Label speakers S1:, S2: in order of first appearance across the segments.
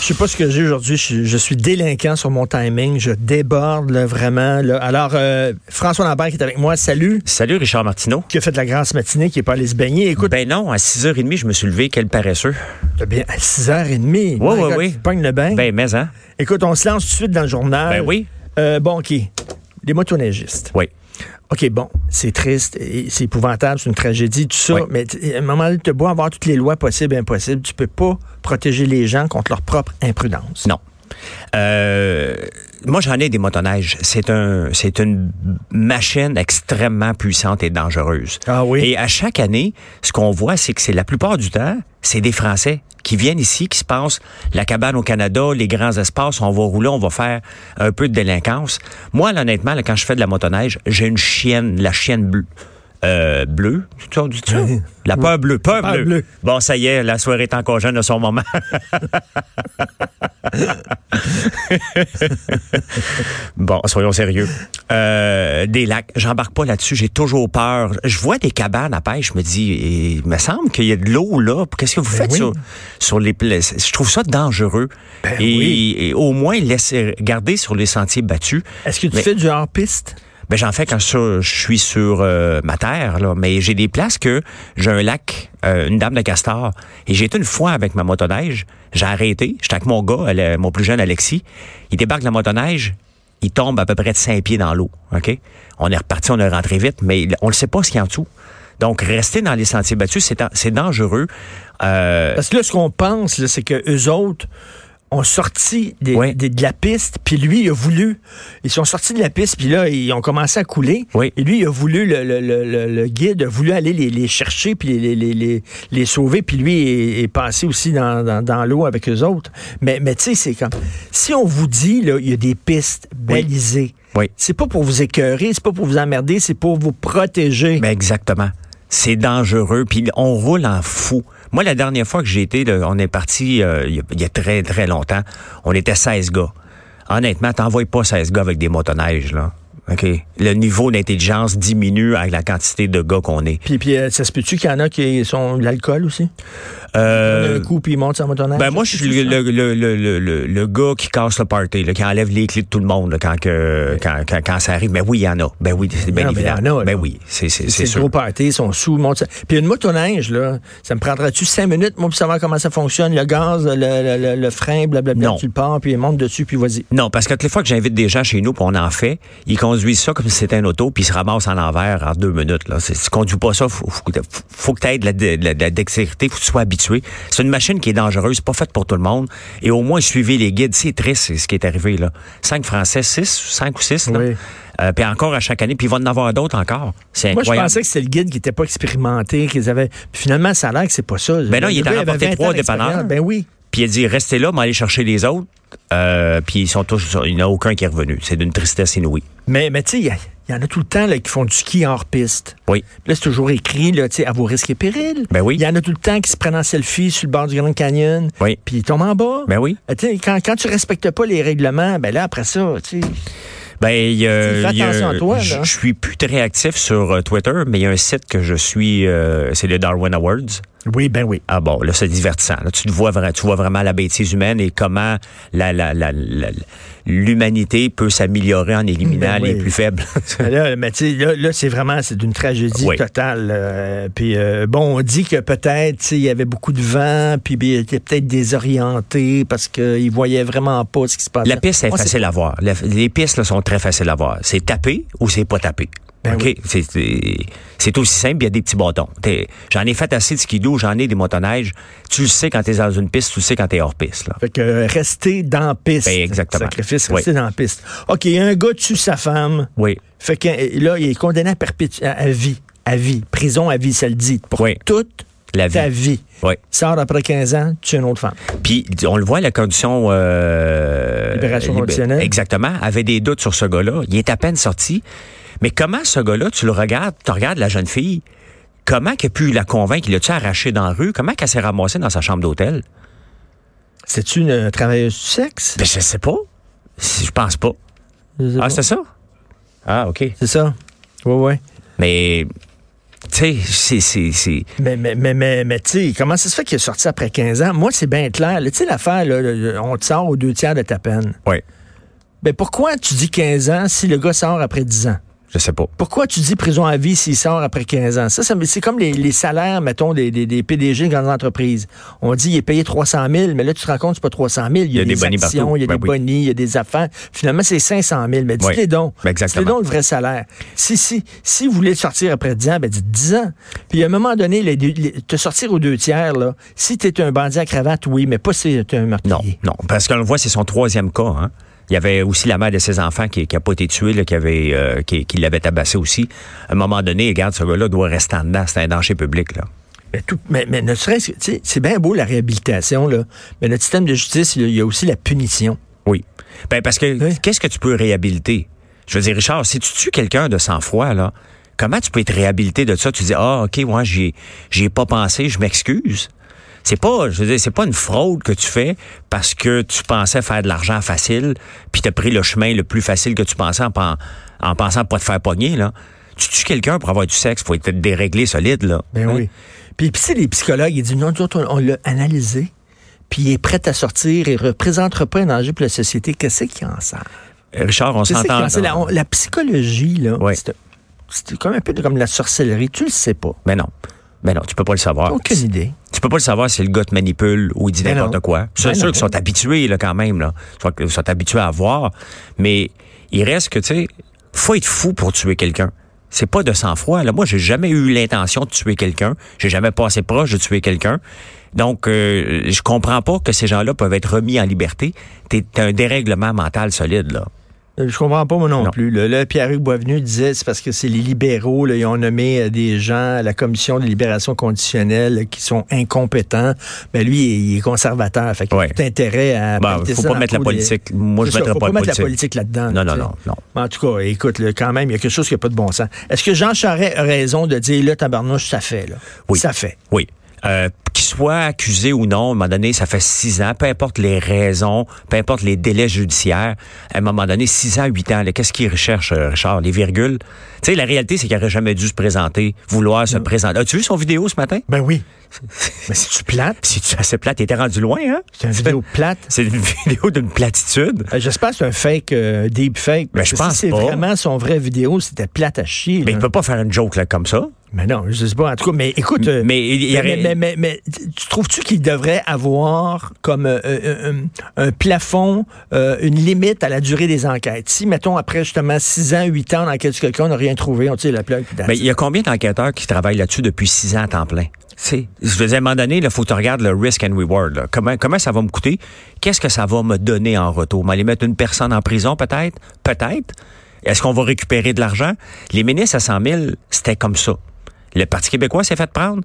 S1: Je sais pas ce que j'ai aujourd'hui. Je, suis- je suis délinquant sur mon timing. Je déborde là, vraiment. là. Alors, euh, François Lambert qui est avec moi, salut.
S2: Salut Richard Martineau.
S1: Qui a fait de la grasse matinée, qui est pas allé se baigner. Écoute,
S2: Ben non, à 6h30, je me suis levé, quel paresseux.
S1: t'as bien à 6h30.
S2: Ouais,
S1: My
S2: ouais,
S1: God,
S2: ouais.
S1: tu te pognes le bain.
S2: Ben mais hein?
S1: Écoute, on se lance tout de suite dans le journal.
S2: Ben oui.
S1: Euh, bon, OK. Les motoneigistes.
S2: Oui.
S1: OK, bon, c'est triste, et c'est épouvantable, c'est une tragédie, tout ça,
S2: Oui.
S1: mais t- à un moment donné, tu beau avoir toutes les lois possibles et impossibles, tu peux pas protéger les gens contre leur propre imprudence.
S2: Non. Euh, moi, j'en ai des motoneiges. C'est un, c'est une machine extrêmement puissante et dangereuse.
S1: Ah oui?
S2: Et à chaque année, ce qu'on voit, c'est que c'est la plupart du temps, c'est des Français qui viennent ici, qui se passent la cabane au Canada, les grands espaces, on va rouler, on va faire un peu de délinquance. Moi, là, honnêtement, là, quand je fais de la motoneige, j'ai une chienne, la chienne bleue. Euh, bleue, tu as dit ça? La peur bleue, peur,
S1: Peur
S2: bleue.
S1: bleue.
S2: Bon, ça y est, la soirée est encore jeune à son moment. Bon, soyons sérieux. Euh, des lacs, j'embarque pas là-dessus, j'ai toujours peur. Je vois des cabanes à pêche, je me dis, il me semble qu'il y a de l'eau là. Qu'est-ce que vous faites
S1: Ben oui. Ben
S2: sur, sur les pla- Je trouve ça dangereux. et,
S1: oui.
S2: et au moins, laissez garder sur les sentiers battus.
S1: Est-ce que tu
S2: Mais-
S1: fais du hors-piste?
S2: Ben, j'en fais quand je, je suis sur euh, ma terre, là, mais j'ai des places que j'ai un lac, euh, une dame de castor, et j'ai été une fois avec ma motoneige, j'ai arrêté, j'étais avec mon gars, elle, euh, mon plus jeune Alexis, il débarque de la motoneige, il tombe à peu près de cinq pieds dans l'eau, OK? On est reparti, on est rentré vite, mais il- on ne sait pas ce qu'il y a en dessous. Donc, rester dans les sentiers battus, c'est en- c'est dangereux. Euh,
S1: Parce que là, ce qu'on pense, là, c'est que eux autres ont sorti des-
S2: Ouais.
S1: des- de la piste, puis lui, il a voulu. Ils sont sortis de la piste, puis là, ils ont commencé à couler.
S2: Oui.
S1: Et lui, il a voulu, le, le- le- le- le guide a voulu aller les, les chercher, puis les, les- les- les sauver, puis lui est, est passé aussi dans, dans- dans l'eau avec eux autres. Mais, mais tu sais, c'est comme. Si on vous dit, là, il y a des pistes balisées,
S2: Oui.
S1: c'est pas pour vous écœurer, c'est pas pour vous emmerder, c'est pour vous protéger.
S2: Ben exactement. C'est dangereux, puis on roule en fou. Moi, la dernière fois que j'ai été, là, on est parti euh, il y a- il y, a très, très longtemps, on était 16 gars. Honnêtement, t'envoies pas 16 gars avec des motoneiges, là. OK? Le niveau d'intelligence diminue avec la quantité de gars qu'on est.
S1: Puis, puis euh, ça se peut-tu qu'il y en a qui sont de l'alcool aussi?
S2: Euh,
S1: un coup, puis ils montent sur la motoneige?
S2: ben moi, je suis le, le, le, le, le- le gars qui casse le party, là, qui enlève les clés de tout le monde là, quand, que, quand, quand, quand ça arrive. Ben oui, il y en a. Ben oui, c'est bien
S1: Non, ben,
S2: évident.
S1: il y en a, là.
S2: ben oui, c'est c'est- c'est
S1: C'est
S2: sûr.
S1: le gros party, ils sont sous, ils montent ça. Puis une motoneige, là, ça me prendra-tu cinq minutes, moi, pour savoir comment ça fonctionne, le gaz, le, le- le- le frein, blablabla,
S2: Non.
S1: tu le pars, puis ils montent dessus, puis vas-y.
S2: Non, parce que toutes les fois que j'invite des gens chez nous, puis on en fait, ils conduisent ça comme si c'était un auto, puis ils se ramassent en envers en deux minutes. Là. C'est- Si tu conduis pas ça, faut, faut, que t'a- faut que tu aies de la, de, la- de la dextérité, faut que tu sois habitué. C'est une machine qui est dangereuse, c'est pas faite pour tout le monde. Et au moins, suivez les guides. C'est triste c'est ce qui est arrivé. là. Cinq Français, six, cinq ou six. là.
S1: Oui.
S2: Euh, puis encore à chaque année, puis il va en avoir d'autres encore. C'est
S1: Moi, je
S2: incroyable.
S1: pensais que c'était le guide qui n'était pas expérimenté, qu'ils avaient. Puis finalement, ça a l'air que c'est pas ça.
S2: Ben non,
S1: Le
S2: il est
S1: gars,
S2: allé
S1: avait
S2: apporter
S1: 20 ans
S2: trois
S1: d'expérience.
S2: dépanneurs.
S1: Ben oui.
S2: Puis il a dit, restez là, mais allez chercher les autres. Euh, puis ils sont tous, il n'y en a aucun qui est revenu. C'est d'une tristesse inouïe.
S1: Mais, mais tu sais, il y, a- il y en a tout le temps là, qui font du ski hors piste.
S2: Oui.
S1: Là, c'est toujours écrit, là, tu sais, à vos risques et périls.
S2: Ben oui.
S1: Il y en a tout le temps qui se prennent en selfie sur le bord du Grand Canyon.
S2: Oui.
S1: Puis ils tombent en bas.
S2: Ben oui.
S1: Euh, tu sais, Quand, quand tu respectes pas les règlements, ben là, après ça, tu sais.
S2: Ben, il y
S1: Tu
S2: a-
S1: fais
S2: il y a-
S1: attention à toi, là.
S2: je je suis plus très actif sur euh, Twitter, mais il y a un site que je suis, euh, c'est le Darwin Awards.
S1: Oui, ben oui.
S2: Ah bon, là c'est divertissant. Là, tu te vois vraiment, tu vois vraiment la bêtise humaine et comment la la- la- la- l'humanité peut s'améliorer en éliminant
S1: Ben oui.
S2: les plus faibles.
S1: Mais Là, mais tu sais, là, là, c'est vraiment, c'est d'une tragédie
S2: Oui.
S1: totale. euh, puis euh, bon, on dit que peut-être, tu sais, il y avait beaucoup de vent, puis ben, il était peut-être désorienté parce qu'il voyait vraiment pas ce qui se passait.
S2: La piste est
S1: On sait
S2: facile à voir. La- les pistes là, sont très faciles à voir. C'est tapé ou c'est pas tapé.
S1: Ben
S2: OK?
S1: oui.
S2: C'est- C'est c'est aussi simple, il y a des petits bâtons. T'es- J'en ai fait assez de skidoo, j'en ai des motoneiges. Tu le sais quand t'es dans une piste, tu le sais quand t'es hors piste. Là.
S1: Fait que euh, rester dans piste.
S2: Ben, exactement.
S1: Sacrifice,
S2: Oui.
S1: rester dans piste. OK, un gars tue sa femme.
S2: Oui.
S1: Fait que euh, là, il est condamné à, perpétu- à, à vie. À vie. Prison à vie, ça le dit. Pour
S2: Oui.
S1: toutes
S2: La
S1: ta
S2: vie.
S1: vie.
S2: Oui.
S1: Sors après 15 ans, tu es une autre femme.
S2: Puis, on le voit, la condition... euh,
S1: Libération
S2: lib-
S1: conditionnelle.
S2: Exactement. Avait des doutes sur ce gars-là. Il est à peine sorti. Mais comment ce gars-là, tu le regardes, tu regardes la jeune fille, comment qu'il a pu la convaincre, il l'a-tu arraché dans la rue? Comment qu'elle s'est ramassée dans sa chambre d'hôtel?
S1: C'est-tu une euh, travailleuse du sexe?
S2: Ben, je sais pas. Si- Je pense pas.
S1: Je sais
S2: Ah,
S1: pas.
S2: c'est ça? Ah, OK.
S1: C'est ça. Oui, oui.
S2: Mais, tu sais, c'est- c'est... c'est-
S1: Mais, mais, mais, mais, mais tu sais, comment ça se fait qu'il est sorti après 15 ans? Moi, c'est bien clair. là. Tu sais, l'affaire, là, le- le- on te sort aux deux tiers de ta peine.
S2: Ouais,
S1: Mais pourquoi tu dis 15 ans si le gars sort après 10 ans?
S2: je sais pas.
S1: Pourquoi tu dis prison à vie s'il sort après 15 ans? Ça, ça me- c'est comme les, les salaires, mettons, des, des, des PDG de grandes entreprises. On dit, il est payé 300 000, mais là, tu te rends compte, c'est pas 300 000. Il y a, des,
S2: bonnies
S1: actions,
S2: partout.
S1: il y a
S2: Ben
S1: des
S2: oui.
S1: bonnies, il y a des affaires. Finalement, c'est 500 000. Mais dites-les
S2: Oui.
S1: donc.
S2: Ben, exactement.
S1: Dites-les donc le vrai salaire. Si, si, si vous voulez sortir après 10 ans, ben dites 10 ans. Puis à un moment donné, les deux- les- te sortir aux deux tiers, là, si t'es un bandit à cravate, oui, mais pas si t'es un
S2: Non,
S1: meurtrier.
S2: non. Parce qu'on le voit, c'est son troisième cas. Hein. Il y avait aussi la mère de ses enfants qui n'a pas été tuée, là, qui, avait, euh, qui, qui l'avait tabassé aussi. À un moment donné, regarde, ce gars-là doit rester en dedans. C'est un danger public. Là.
S1: Mais, tout- mais, mais ne serait-ce que, tu sais, c'est bien beau la réhabilitation, là, mais notre système de justice, il y a aussi la punition.
S2: Oui. Ben, parce que
S1: Oui.
S2: qu'est-ce que tu peux réhabiliter? Je veux dire, Richard, si tu tues quelqu'un de sang-froid, là, comment tu peux être réhabilité de ça? Tu dis, ah, OK, moi, j'y ai- j'y ai pas pensé, je m'excuse. C'est pas, je veux dire, c'est pas une fraude que tu fais parce que tu pensais faire de l'argent facile, puis t'as pris le chemin le plus facile que tu pensais en, pen- en pensant pas te faire pogner, là. Tu tues quelqu'un pour avoir du sexe, faut être déréglé solide, là.
S1: Ben
S2: Hein?
S1: oui. Puis, puis tu sais, les psychologues, ils disent, non, nous autres, on, on l'a analysé, puis il est prêt à sortir, il ne représentera pas un danger pour la société. Qu'est-ce qui en sert?
S2: Richard, on
S1: C'est ça qui
S2: s'entend.
S1: en sert. La, on- la psychologie, là,
S2: Oui.
S1: c'est- c'est comme un peu de- comme la sorcellerie. Tu le sais pas.
S2: Mais Ben non. Mais non, tu peux pas le savoir.
S1: Aucune idée.
S2: Tu peux pas le savoir si le gars te manipule ou il dit
S1: Ben non.
S2: n'importe quoi. C'est
S1: Ben non.
S2: sûr qu'ils sont habitués, là, quand même, là. Ils sont- Ils sont habitués à voir. Mais il reste que, tu sais, faut être fou pour tuer quelqu'un. C'est pas de sang-froid, là. Moi, j'ai jamais eu l'intention de tuer quelqu'un. J'ai jamais passé proche de tuer quelqu'un. Donc, euh, je comprends pas que ces gens-là peuvent être remis en liberté. T'es t'as un dérèglement mental solide, là.
S1: Euh, Je comprends pas, moi non,
S2: Non.
S1: plus. Là, là Pierre-Hugues Boisvenu disait c'est parce que c'est les libéraux, là, ils ont nommé euh, des gens à la commission de libération conditionnelle euh, qui sont incompétents. Mais lui, il est- il est conservateur. Fait qu'il
S2: Ouais.
S1: a tout intérêt à.
S2: Ben,
S1: palper
S2: faut
S1: ça
S2: pas
S1: dans
S2: mettre la
S1: le pot des-
S2: politique. Moi, je
S1: C'est ça,
S2: mettrais
S1: faut
S2: pas
S1: pas
S2: de
S1: mettre la
S2: politique.
S1: politique là-dedans.
S2: Non,
S1: là,
S2: non,
S1: tu sais.
S2: non, non.
S1: Mais En tout cas, écoute, là, quand même, il y a quelque chose qui n'a pas de bon sens. Est-ce que Jean Charest a raison de dire, là, tabarnouche, ça fait, là?
S2: Oui.
S1: Ça fait.
S2: Oui. Euh, qu'il soit accusé ou non, à un moment donné, ça fait six ans, peu importe les raisons, peu importe les délais judiciaires, à un moment donné, six ans, huit ans, là, qu'est-ce qu'il recherche, euh, Richard? Les virgules? Tu sais, la réalité, c'est qu'il n'aurait jamais dû se présenter, vouloir
S1: Mm.
S2: se présenter. As-tu vu son vidéo ce matin?
S1: Ben oui. Mais si tu plates,
S2: C'est-tu assez plate? T'étais rendu loin, hein?
S1: c'est une vidéo plate.
S2: C'est une vidéo d'une platitude.
S1: Euh, J'espère que c'est un fake, euh, deep fake.
S2: Ben, je pense
S1: si c'est
S2: pas.
S1: vraiment son vrai vidéo, c'était plate à chier.
S2: Mais il
S1: là.
S2: peut pas faire une joke là, comme ça.
S1: Mais non, je sais pas. En tout cas, mais écoute. euh,
S2: Mais il y
S1: mais-
S2: aurait-
S1: mais, mais- mais- mais tu trouves-tu qu'il devrait avoir comme euh, euh, un, un plafond, euh, une limite à la durée des enquêtes? Si, mettons, après justement 6 ans, 8 ans, on enquête sur quelqu'un, on n'a rien trouvé, on tire la plaque. puis that's
S2: Mais
S1: it.
S2: il y a combien d'enquêteurs qui travaillent là-dessus depuis six ans à temps plein? C'est, je veux dire, à un moment donné, il faut que tu regardes le risk and reward. là. Comment, comment ça va me coûter? Qu'est-ce que ça va me donner en retour? M'aller mettre une personne en prison, peut-être? Peut-être. Est-ce qu'on va récupérer de l'argent? Les ministres à 100 000, c'était comme ça. Le Parti québécois s'est fait prendre.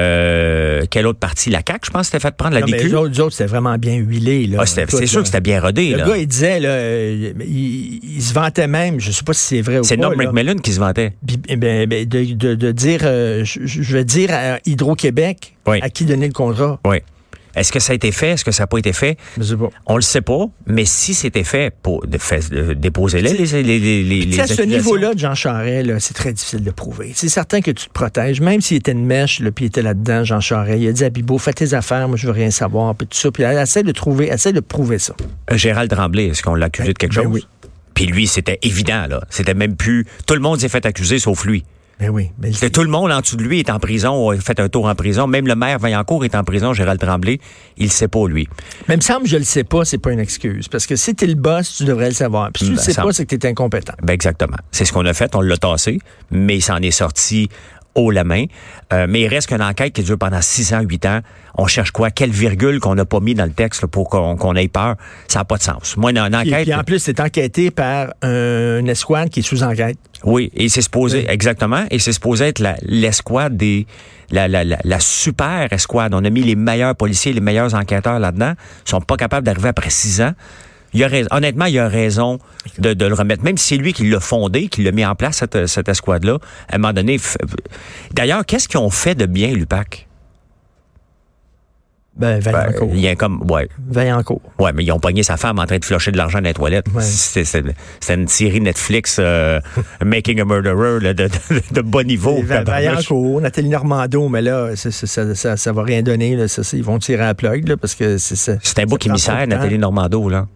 S2: Euh, quel autre parti? La CAQ, je pense, s'était fait prendre. La
S1: Non, mais
S2: DQ?
S1: les autres, les autres, c'était vraiment bien huilé. là.
S2: Ah, c'était-
S1: Écoute,
S2: c'est sûr
S1: là,
S2: que c'était bien rodé.
S1: Le
S2: là.
S1: gars, il disait, là, euh, il, il se vantait même, je sais pas si c'est vrai ou pas.
S2: C'est Norm
S1: là.
S2: McMillan qui se vantait.
S1: Puis, eh ben, ben, de, de- de dire, euh, je, je vais dire à Hydro-Québec
S2: Oui.
S1: à qui donner le contrat.
S2: Oui. Est-ce que ça a été fait? Est-ce que ça n'a pas été fait?
S1: Je sais pas.
S2: On le sait pas, mais si c'était fait, pour, de, fait- de- déposez-les, les, les, les, les,
S1: Tu
S2: les
S1: sais, à ce
S2: accusations.
S1: niveau-là, de Jean Charest, là, c'est très difficile de prouver. C'est certain que tu te protèges. Même s'il était une mèche, là, puis il était là-dedans, Jean Charest, il a dit à Bibo, fais tes affaires, moi je veux rien savoir, puis tout ça. Puis elle essaie de trouver, elle essaie de prouver ça.
S2: Euh, Gérald Tremblay, est-ce qu'on l'a accusé de quelque
S1: ben
S2: chose?
S1: oui.
S2: Puis lui, c'était évident, là. C'était même plus... Tout le monde s'est fait accuser, sauf lui.
S1: Ben oui. Mais
S2: C'était tout le monde en dessous de lui est en prison, ou a fait un tour en prison. Même le maire Vaillancourt est en prison, Gérald Tremblay. Il le sait pas, lui.
S1: mais il me semble, je le sais pas, c'est pas une excuse. Parce que si t'es le boss, tu devrais le savoir. Puis si tu le
S2: Ben,
S1: sais
S2: ça-
S1: pas, c'est que t'es incompétent.
S2: Ben exactement. C'est ce qu'on a fait, on l'a tassé, mais il s'en est sorti haut la main. Euh, mais il reste qu'une enquête qui dure pendant 6 ans, 8 ans. On cherche quoi? Quelle virgule qu'on n'a pas mis dans le texte là, pour qu'on qu'on ait peur? Ça n'a pas de sens. Moi, une, une
S1: Puis,
S2: enquête...
S1: puis en plus, c'est enquêté par un escouade qui est sous enquête.
S2: Oui, et c'est supposé, exactement, et c'est supposé être la- l'escouade des, la, la, la, la super escouade. On a mis les meilleurs policiers, les meilleurs enquêteurs là-dedans. Ils sont pas capables d'arriver après six ans. Il a rais- honnêtement, il a raison de, de le remettre. Même si c'est lui qui l'a fondé, qui l'a mis en place, cette, cette escouade-là, à un moment donné... f- euh, D'ailleurs, qu'est-ce qu'ils ont fait de bien, Lupac? Euh,
S1: Ben, Vaillancourt.
S2: il y a comme... Ouais,
S1: Vaillancourt.
S2: Ouais, mais ils ont pogné sa femme en train de flusher de l'argent dans les toilettes.
S1: Ouais.
S2: C'était c'était- c'était une série Netflix euh, Making a Murderer là, de, de- de bon niveau.
S1: Et Va-
S2: tabarnouche.
S1: Vaillancourt, Oh, Nathalie Normando, mais là, c'est- c'est- ça, ça, ça va rien donner. Là, ça, ça, ils vont tirer à la plug là, parce que c'est ça.
S2: C'est un
S1: ça
S2: beau
S1: prend trop
S2: émissaire,
S1: de temps.
S2: Nathalie Normando, là.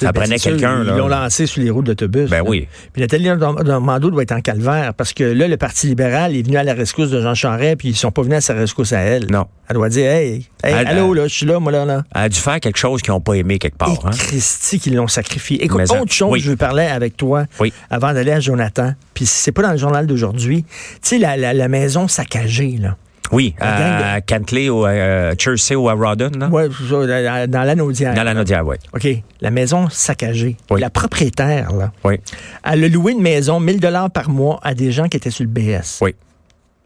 S1: Ben,
S2: Ça prenait
S1: c'est sûr,
S2: quelqu'un,
S1: Ils l'ont
S2: là.
S1: lancé sur les routes d'autobus.
S2: Ben
S1: là.
S2: oui.
S1: Puis Nathalie Normando doit être en calvaire parce que là, le Parti libéral est venu à la rescousse de Jean Charest puis ils sont pas venus à sa rescousse à elle.
S2: Non.
S1: Elle doit dire, hey, hey,
S2: Elle-
S1: allô,
S2: elle- Ah,
S1: là, je suis là, moi, là, là.
S2: Elle a dû faire quelque chose qu'ils n'ont pas aimé quelque part.
S1: Et
S2: Hein?
S1: Christy qui l'ont sacrifié. Écoute,
S2: Mais en-
S1: autre chose,
S2: oui.
S1: je veux parler avec toi
S2: Oui.
S1: avant d'aller à Jonathan. Puis c'est pas dans le journal d'aujourd'hui. Tu sais, la, la- la maison saccagée, là.
S2: Oui,
S1: La gang de-
S2: à Cantley ou à euh, Chersey ou à Rawdon, là.
S1: Ouais, c'est ça, la- la- Hein? dans l'anodière.
S2: Dans la Nadia, oui.
S1: OK. La maison saccagée.
S2: Oui.
S1: La propriétaire, là.
S2: Oui,
S1: Elle a loué une maison, 1000 dollars par mois, à des gens qui étaient sur le BS.
S2: oui.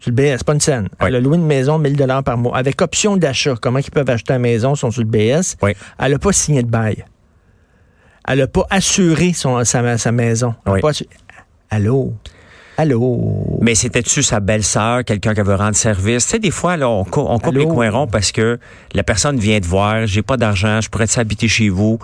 S1: Sur le BS, pas une scène.
S2: Oui.
S1: Elle a loué une maison, 1000 dollars par mois, avec option d'achat. Comment ils peuvent acheter la maison, ils sont sur le BS.
S2: Oui.
S1: Elle n'a pas signé de bail. Elle n'a pas assuré son, sa, sa maison. Elle a
S2: Oui.
S1: pas assu- Allô? Allô?
S2: Mais c'était-tu sa belle-sœur, quelqu'un qui veut rendre service? Tu sais, des fois, là, on, cou- on coupe
S1: Allô?
S2: les coins ronds parce que la personne vient te voir, j'ai pas d'argent, je pourrais t'habiter chez vous,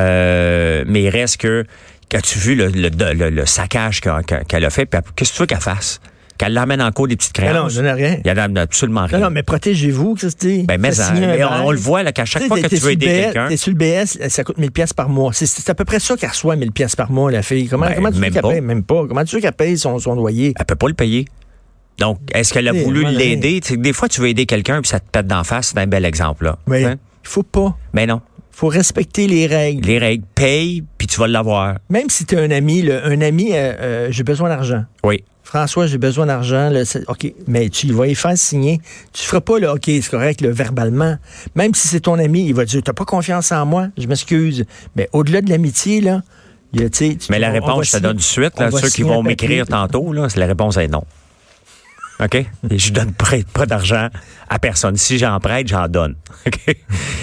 S2: euh, mais il reste que, as-tu vu le, le, le- le saccage qu'a- qu'a- qu'elle a fait? Puis elle- Qu'est-ce que tu veux qu'elle fasse? Qu'elle l'emmène en cours des petites
S1: non, non,
S2: créances?
S1: je n'ai rien.
S2: Il y en a absolument rien.
S1: Non, non, mais protégez-vous, Christy.
S2: Ben, mais,
S1: Faites
S2: en-
S1: signer un
S2: mais on,
S1: bail.
S2: on le voit, là, qu'à chaque
S1: T'sais,
S2: fois
S1: t'es-
S2: que tu
S1: t'es
S2: veux
S1: sur le
S2: aider
S1: BS,
S2: quelqu'un,
S1: T'es sur le BS, ça coûte 1000 pièces par mois. C'est- C'est à peu près ça qu'elle reçoit 1000 pièces par mois, la fille. Comment,
S2: Ben,
S1: comment tu veux
S2: même
S1: qu'elle
S2: pas. Ah,
S1: paye? Même pas. Comment tu veux qu'elle paye son, son loyer?
S2: elle peut pas le payer. Donc, est-ce qu'elle a
S1: T'sais,
S2: voulu
S1: ouais,
S2: l'aider? Tu sais, Des fois, tu veux aider quelqu'un, puis ça te pète d'en face. C'est un bel exemple, là.
S1: Mais
S2: Hein?
S1: il faut pas.
S2: Mais non.
S1: faut respecter les règles.
S2: Les règles, paye, puis tu vas l'avoir.
S1: Même si tu un ami, là, un ami, euh, euh, j'ai besoin d'argent.
S2: Oui.
S1: François, j'ai besoin d'argent. là, c'est- OK, mais tu vas y faire signer. Tu feras pas, là, OK, c'est correct, là, verbalement. Même si c'est ton ami, il va dire, t'as pas confiance en moi, je m'excuse. Mais au-delà de l'amitié, là, il y a, tu sais, tu-
S2: Mais la
S1: on- on va
S2: réponse, je te
S1: signer-
S2: donne de suite. Là,
S1: on va
S2: ceux qui
S1: signer un
S2: vont
S1: papier,
S2: m'écrire
S1: puis-
S2: tantôt, là, c'est la réponse est non. OK? Et je donne prête pas d'argent à personne. Si j'en prête, j'en donne. OK?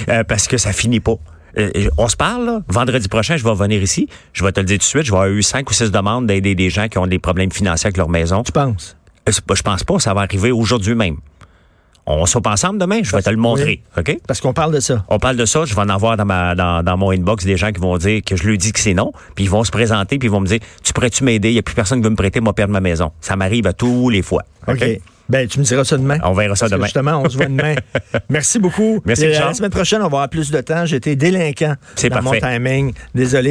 S2: Euh, parce que ça finit pas. Euh, on se parle, là. vendredi prochain, je vais venir ici. Je vais te le dire tout de suite. Je vais avoir eu cinq ou six demandes d'aider des gens qui ont des problèmes financiers avec leur maison.
S1: Tu penses?
S2: Euh, c'est pas- Je pense pas, ça va arriver aujourd'hui même. On se pas ensemble demain, je vais te le montrer. OK?
S1: Parce qu'on parle de ça.
S2: On parle de ça, je vais en avoir dans, ma, dans, dans mon inbox des gens qui vont dire que je lui dis que c'est non, puis ils vont se présenter, puis ils vont me dire Tu pourrais-tu m'aider Il n'y a plus personne qui veut me prêter, moi perdre ma maison. Ça m'arrive à tous les fois.
S1: OK.
S2: OK?
S1: Ben, tu me diras ça demain.
S2: On verra ça
S1: Parce que
S2: demain.
S1: Justement, on se voit demain. Merci beaucoup.
S2: Merci,
S1: Et, euh,
S2: Richard.
S1: La semaine prochaine, on va avoir plus de temps. J'étais délinquent
S2: C'est
S1: dans
S2: parfait.
S1: mon timing. Désolé.